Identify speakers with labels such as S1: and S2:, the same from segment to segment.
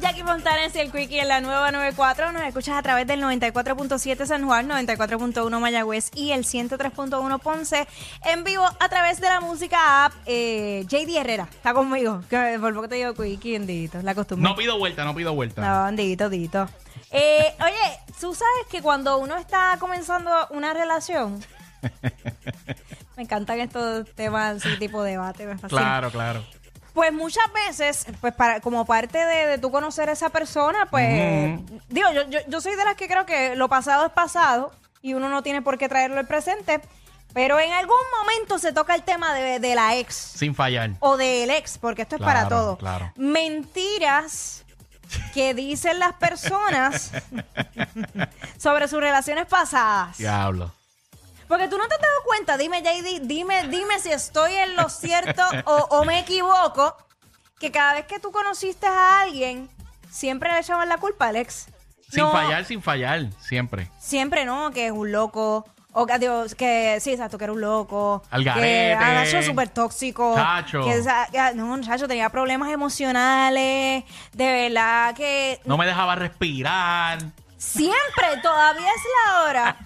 S1: Jackie Fontanes y el Quickie en la nueva 94. Nos escuchas a través del 94.7 San Juan, 94.1 Mayagüez y el 103.1 Ponce. En vivo a través de la música app. Eh, JD Herrera está conmigo. Que por poco te digo Quickie, Dito. La costumbre.
S2: No pido vuelta, no pido vuelta.
S1: No, Dito, Dito. Eh, oye, tú sabes que cuando uno está comenzando una relación. me encantan estos temas, ese tipo de debate. Me fascina.
S2: Claro, claro.
S1: Pues muchas veces, pues para, como parte de, de tú conocer a esa persona, pues digo, yo, yo, yo soy de las que creo que lo pasado es pasado y uno no tiene por qué traerlo al presente, pero en algún momento se toca el tema de, de la ex
S2: Sin fallar.
S1: o del ex, porque esto es para
S2: Claro,
S1: todo.
S2: claro.
S1: Mentiras que dicen las personas sobre sus relaciones pasadas.
S2: Diablo.
S1: Porque tú no te has dado cuenta, dime JD, dime, dime si estoy en lo cierto o, o me equivoco, que cada vez que tú conociste a alguien, siempre le echaban la culpa al ex.
S2: Sin
S1: No,
S2: fallar, sin fallar, siempre.
S1: Siempre no, que es un loco. O que, Dios, que sí, exacto, que era un loco.
S2: Al
S1: Que
S2: garete.
S1: ah, Nacho es súper tóxico.
S2: Chacho.
S1: Que, esa- que, ah, no, Nacho tenía problemas emocionales. De verdad que
S2: No me dejaba respirar.
S1: Siempre, todavía es la hora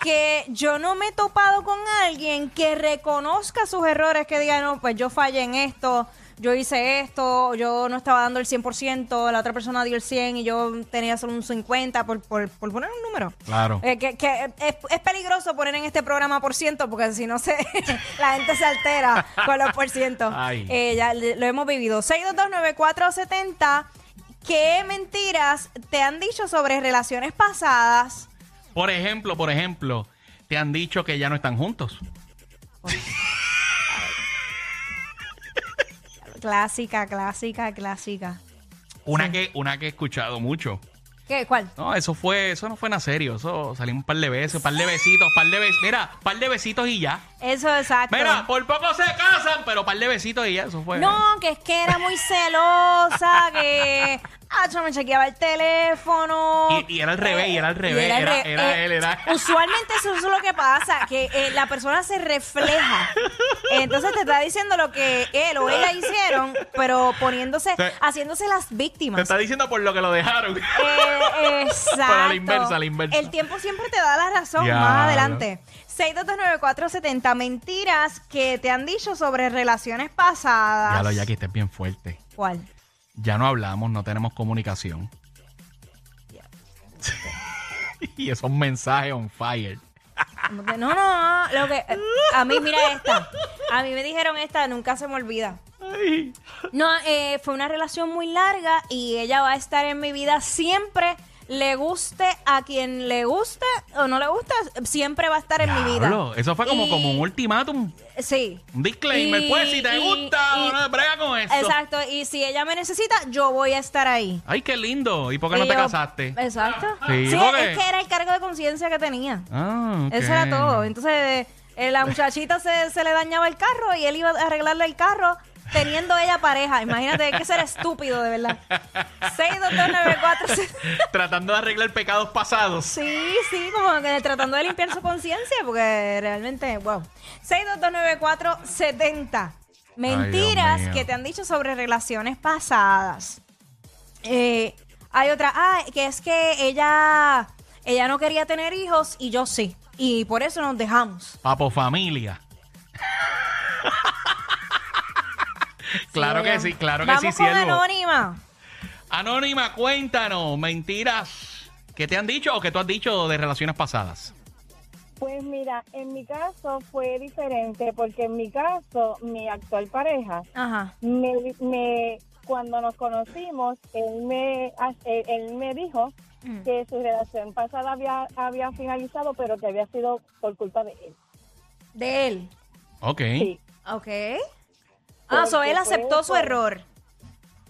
S1: que yo no me he topado con alguien que reconozca sus errores, que diga, no, pues yo fallé en esto, yo hice esto, yo no estaba dando el 100%, la otra persona dio el 100 y yo tenía solo un 50, por, por, por poner un número.
S2: Claro.
S1: Eh, que que es, es peligroso poner en este programa por ciento, porque si no, se, la gente se altera con los por ciento.
S2: Ay.
S1: Eh, ya le- lo hemos vivido. 6229470. ¿Qué mentiras te han dicho sobre relaciones pasadas?
S2: Por ejemplo, por ejemplo, te han dicho que ya no están juntos.
S1: Clásica, clásica, clásica.
S2: Una que, una que he escuchado mucho.
S1: ¿Qué? ¿Cuál?
S2: No, eso fue, eso no fue nada serio. Eso salimos un par de veces, un par de besitos, par de besitos. Mira, par de besitos y ya.
S1: Eso exacto.
S2: Mira, por poco se casan, pero par de besitos y ya. Eso fue.
S1: No, que es que era muy celosa, que ah, yo me chequeaba el teléfono. Eh,
S2: Y- y era al revés, y era al revés,
S1: al
S2: era-
S1: re-
S2: era él, era-
S1: Usualmente eso es lo que pasa, que eh, la persona se refleja. Entonces te está diciendo lo que él o ella hicieron, pero poniéndose,
S2: Te-
S1: haciéndose las
S2: Te
S1: víctimas.
S2: está diciendo por lo que lo dejaron.
S1: Eh, exacto.
S2: Para la inversa, la inversa.
S1: El tiempo siempre te da la razón
S2: Diablo.
S1: más adelante. 6229470 mentiras que te han dicho sobre relaciones pasadas.
S2: Ya lo, ya que estés bien fuerte.
S1: ¿Cuál?
S2: ya no hablamos, no tenemos comunicación. y esos mensajes on fire.
S1: Como que, No, no, no, lo que a mí mira esta. A mí me dijeron esta, nunca se me olvida. No, eh, fue una relación muy larga y ella va a estar en mi vida siempre. Le guste a quien le guste o no le guste, siempre va a estar en mi vida.
S2: Diablo, Eso fue como,
S1: Y-
S2: como un ultimátum,
S1: Sí.
S2: un disclaimer.
S1: Y-
S2: pues si te
S1: y-
S2: gusta,
S1: y-
S2: no brega con eso.
S1: Exacto, y si ella me necesita, yo voy a estar ahí.
S2: Ay, qué lindo. ¿Y por qué
S1: Y
S2: no te
S1: yo-
S2: casaste?
S1: Exacto.
S2: Sí,
S1: Sí,
S2: porque-
S1: es que era el cargo de conciencia que tenía.
S2: Ah, ok.
S1: Eso era todo. Entonces, eh, la muchachita se, se le dañaba el carro y él iba a arreglarle el carro teniendo ella pareja. Imagínate, hay que ser estúpido, de verdad. 6229470.
S2: Tratando de arreglar pecados pasados.
S1: Sí, sí, como que tratando de limpiar su conciencia, porque realmente, wow. 6229470. Mentiras
S2: Ay, Dios mío.
S1: que te han dicho sobre relaciones pasadas. Eh, hay otra, ah, que es que ella, ella no quería tener hijos y yo sí. Y por eso nos dejamos.
S2: Papo familia. claro que sí, claro que
S1: Vamos
S2: sí,
S1: con
S2: siervo.
S1: Anónima.
S2: Anónima, cuéntanos, mentiras que te han dicho o que tú has dicho de relaciones pasadas.
S3: Pues mira, en mi caso fue diferente porque en mi caso mi actual pareja
S1: Ajá.
S3: me, me- cuando nos conocimos él me él, él me dijo
S1: Mm.
S3: que su relación pasada había había finalizado pero que había sido por culpa de él.
S1: De él.
S2: Ok.
S3: Sí,
S1: Ok. Ah, so
S3: Porque
S1: él
S3: fue
S1: aceptó su
S3: por-
S1: error.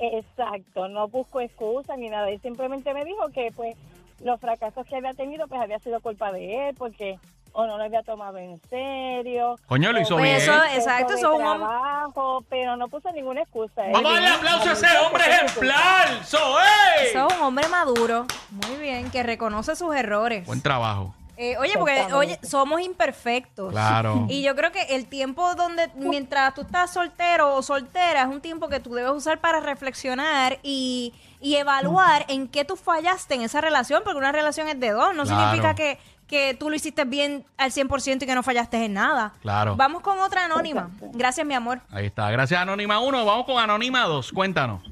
S3: exacto. No busco excusa ni nada. Él simplemente me dijo que pues los fracasos que había tenido pues había sido culpa de él porque o no lo había tomado en serio.
S2: Coño, lo
S3: o
S2: hizo
S3: fue
S2: bien.
S1: Pues eso- exacto,
S3: de
S1: eso es un hombre-
S3: trabajo, pero no puso ninguna excusa. Él
S2: Vamos a darle
S3: dijo,
S2: aplauso a ese
S3: "Maldita
S2: hombre
S3: sea tu
S2: ejemplar, Zoe.
S1: Eso es un hombre maduro. Muy bien, que reconoce sus errores.
S2: Buen trabajo.
S1: Eh, oye, porque
S3: Exactamente.
S1: oye, somos
S3: Pues
S1: imperfectos.
S2: Claro.
S1: Y yo creo que el tiempo donde, mientras tú estás soltero o soltera, es un tiempo que tú debes usar para reflexionar y, y evaluar en qué tú fallaste en esa relación, porque una relación es de dos, no
S2: Claro.
S1: significa que, que tú lo hiciste bien al 100% y que no fallaste en nada.
S2: Claro.
S1: Vamos con otra anónima. Gracias, mi amor.
S2: Ahí está. Gracias, Anónima 1. Vamos con Anónima 2. Cuéntanos.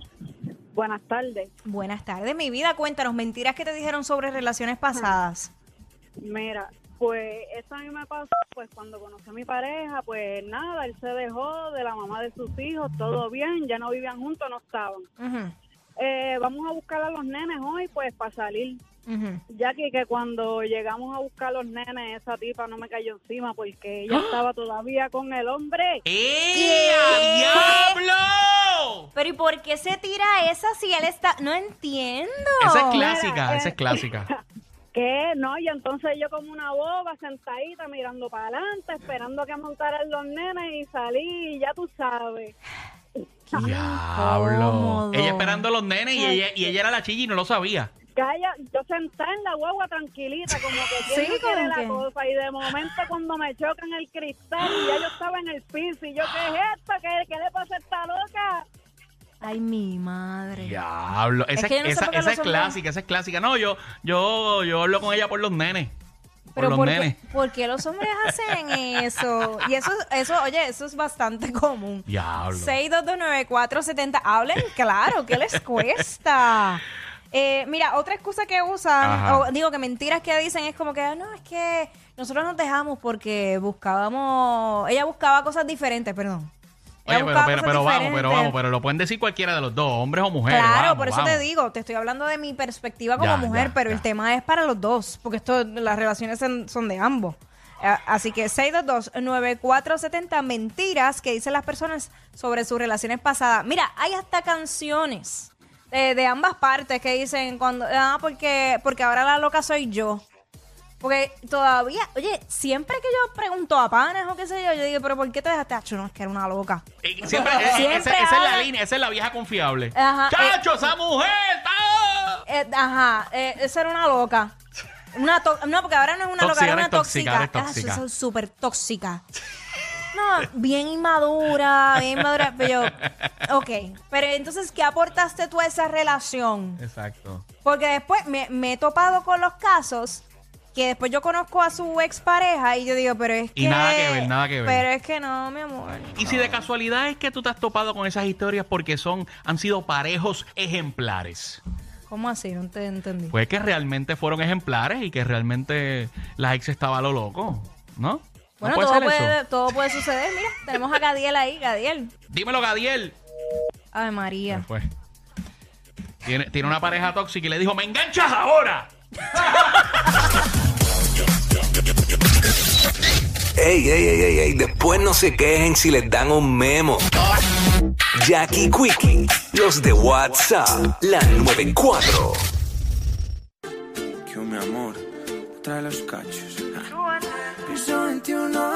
S3: Buenas tardes.
S1: Buenas tardes, mi vida. Cuéntanos mentiras que te dijeron sobre relaciones pasadas.
S3: Mira, pues eso a mí me pasó, pues cuando conocí a mi pareja, pues nada, él se dejó de la mamá de sus hijos, todo bien, ya no vivían juntos, no estaban.
S1: Ujú,
S3: Eh, vamos a buscar a los nenes hoy, pues para salir.
S1: ujú.
S3: Ya que, que cuando llegamos a buscar a los nenes, esa tipa no me cayó encima porque
S1: ¡Ah!
S3: ella estaba todavía con el hombre.
S2: ¡Eh, a diablo!
S1: Pero ¿y por qué se tira esa si él está...? No entiendo.
S2: Esa es clásica,
S3: Mira,
S2: esa es
S3: eh.
S2: clásica.
S3: ¿Qué? No, y entonces yo como una boba sentadita mirando para adelante, esperando que montaran los nenes y salí, y ya tú sabes.
S2: Diablo.
S1: incómodo.
S2: Ella esperando a los nenes y ella, y ella era la chilla y no lo sabía.
S3: Calla, yo sentada en la guagua tranquilita, como
S1: Sí,
S3: que ¿quién no quiere
S1: como
S3: la
S1: que-
S3: cosa, y de momento cuando me chocan el cristal, y ya yo estaba en el piso, y yo, ¿qué es esto? ¿Qué, qué le pasa a esta loca?
S1: Ay, mi madre.
S2: Diablo. Esa,
S1: Es que yo no sé
S2: esa-
S1: por qué
S2: esa
S1: los
S2: es
S1: hombres-
S2: clásica, esa es clásica. No, yo, yo, yo hablo con ella por los nenes. Por
S1: Pero
S2: los
S1: ¿por
S2: nenes.
S1: qué, por qué los hombres hacen eso? Y eso, eso, oye, eso es bastante común.
S2: Diablo.
S1: 6229470. Hablen claro, ¿qué les cuesta? Eh, mira, otra excusa que usan,
S2: Ajá.
S1: o digo que mentiras que dicen es como que, "Ah, no, es que nosotros nos dejamos porque buscábamos, ella buscaba cosas diferentes, perdón. Ella
S2: Oye, pero,
S1: buscaba
S2: pero,
S1: cosas
S2: pero vamos, pero
S1: diferentes.
S2: vamos, pero lo pueden decir cualquiera de los dos, hombres o mujeres.
S1: Claro,
S2: vamos,
S1: por eso te
S2: vamos.
S1: digo, te estoy hablando de mi perspectiva como
S2: Ya,
S1: mujer,
S2: ya,
S1: pero el
S2: ya.
S1: tema es para los dos, porque esto, las relaciones son, son de ambos. A- Así que 622-9470, mentiras que dicen las personas sobre sus relaciones pasadas. Mira, hay hasta canciones eh, de, ambas partes que dicen cuando, ah, porque, porque ahora la loca soy yo. Porque todavía, oye, siempre que yo pregunto a panas o qué sé yo, yo digo, pero ¿por qué te dejaste? Acho, no, es que era una loca.
S2: Eh, Siempre, eh, eh,
S1: Siempre
S2: esa, esa es la
S1: hablan-
S2: línea, esa es la vieja confiable.
S1: Ajá,
S2: ¡Chacho, esa mujer! está-
S1: Eh, ajá, eh, esa era una loca. Una to- no, porque ahora no es una
S2: Tóxica,
S1: loca, era
S2: ahora
S1: una
S2: es tóxica,
S1: tóxica.
S2: ahora es tóxica.
S1: Ah, yo soy súper tóxica. No, bien inmadura, bien inmadura. Pero yo, ok. Pero entonces, ¿qué aportaste tú a esa relación?
S2: Exacto.
S1: Porque después me, me he topado con los casos que después yo conozco a su expareja y yo digo, pero es que...
S2: Y nada que ver, nada que ver.
S1: Pero es que no, mi amor.
S2: Y si de casualidad es que tú te has topado con esas historias porque son, han sido parejos ejemplares.
S1: ¿Cómo así? No te entendí.
S2: Pues que realmente fueron ejemplares y que realmente la ex estaba a lo loco, ¿no?
S1: bueno,
S2: ¿No puede
S1: todo,
S2: ser
S1: puede,
S2: eso?
S1: todo puede suceder. Mira, tenemos a Gadiel ahí, Gadiel.
S2: Dímelo, Gadiel.
S1: Ay, María.
S2: Se fue. Tiene, tiene una pareja tóxica y le dijo, ¡me enganchas ahora!
S4: Ey, ey, ey, ey, ey, después no se quejen si les dan un memo. Jackie Quickie, los de WhatsApp, la 94.
S5: Que mi amor, trae los cachos. Piso 21.